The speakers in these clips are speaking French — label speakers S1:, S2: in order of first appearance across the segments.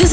S1: this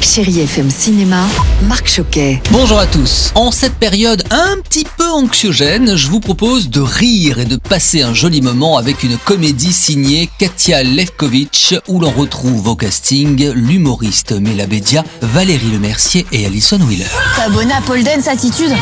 S2: Chérie FM Cinéma, Marc Choquet.
S3: Bonjour à tous. En cette période un petit peu anxiogène, je vous propose de rire et de passer un joli moment avec une comédie signée Katia Levkovitch où l'on retrouve au casting l'humoriste Mela Bédia, Valérie Lemercier et Alison Wheeler.
S4: T'as abonné à Paul Dance Attitude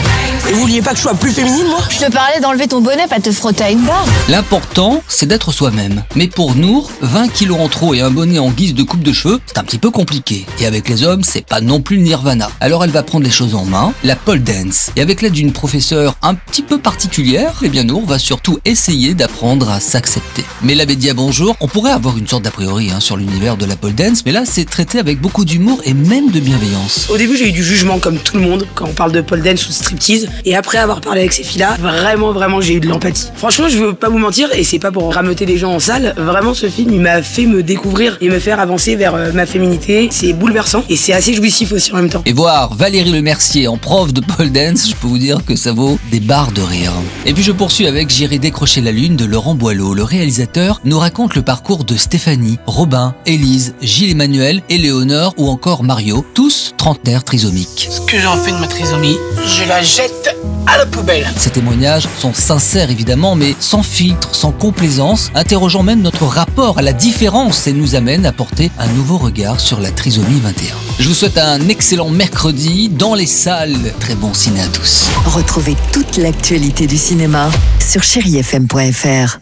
S5: Et vous vouliez pas que je sois plus féminine, moi
S4: Je te parlais d'enlever ton bonnet, pas de te frotter à une barre.
S3: L'important, c'est d'être soi-même. Mais pour Nour, 20 kilos en trop et un bonnet en guise de coupe de cheveux, c'est un petit peu compliqué. Et avec les hommes, c'est pas non plus le nirvana. Alors elle va prendre les choses en main, la pole dance. Et avec l'aide d'une professeure un petit peu particulière, eh bien Nour va surtout essayer d'apprendre à s'accepter. Mais la Bédia, bonjour. On pourrait avoir une sorte d'a priori hein, sur l'univers de la pole dance, mais là, c'est traité avec beaucoup d'humour et même de bienveillance.
S5: Au début, j'ai eu du jugement comme tout le monde quand on parle de pole dance ou de striptease. Et après avoir parlé avec ces filles-là, vraiment, vraiment, j'ai eu de l'empathie. Franchement, je veux pas vous mentir, et c'est pas pour rameuter les gens en salle. Vraiment, ce film, il m'a fait me découvrir et me faire avancer vers euh, ma féminité. C'est bouleversant et c'est assez jouissif aussi en même temps.
S3: Et voir Valérie Lemercier en prof de pole dance, je peux vous dire que ça vaut des barres de rire. Et puis je poursuis avec J'irai décrocher la lune de Laurent Boileau. Le réalisateur nous raconte le parcours de Stéphanie, Robin, Élise, Gilles-Emmanuel, Éléonore ou encore Mario, tous trentenaires trisomiques.
S6: Ce que j'en fais de ma trisomie, je la jette à la poubelle.
S3: Ces témoignages sont sincères évidemment, mais sans filtre, sans complaisance, interrogeant même notre rapport à la différence et nous amènent à porter un nouveau regard sur la trisomie 21. Je vous souhaite un excellent mercredi dans les salles. Très bon ciné à tous.
S2: Retrouvez toute l'actualité du cinéma sur chérifm.fr.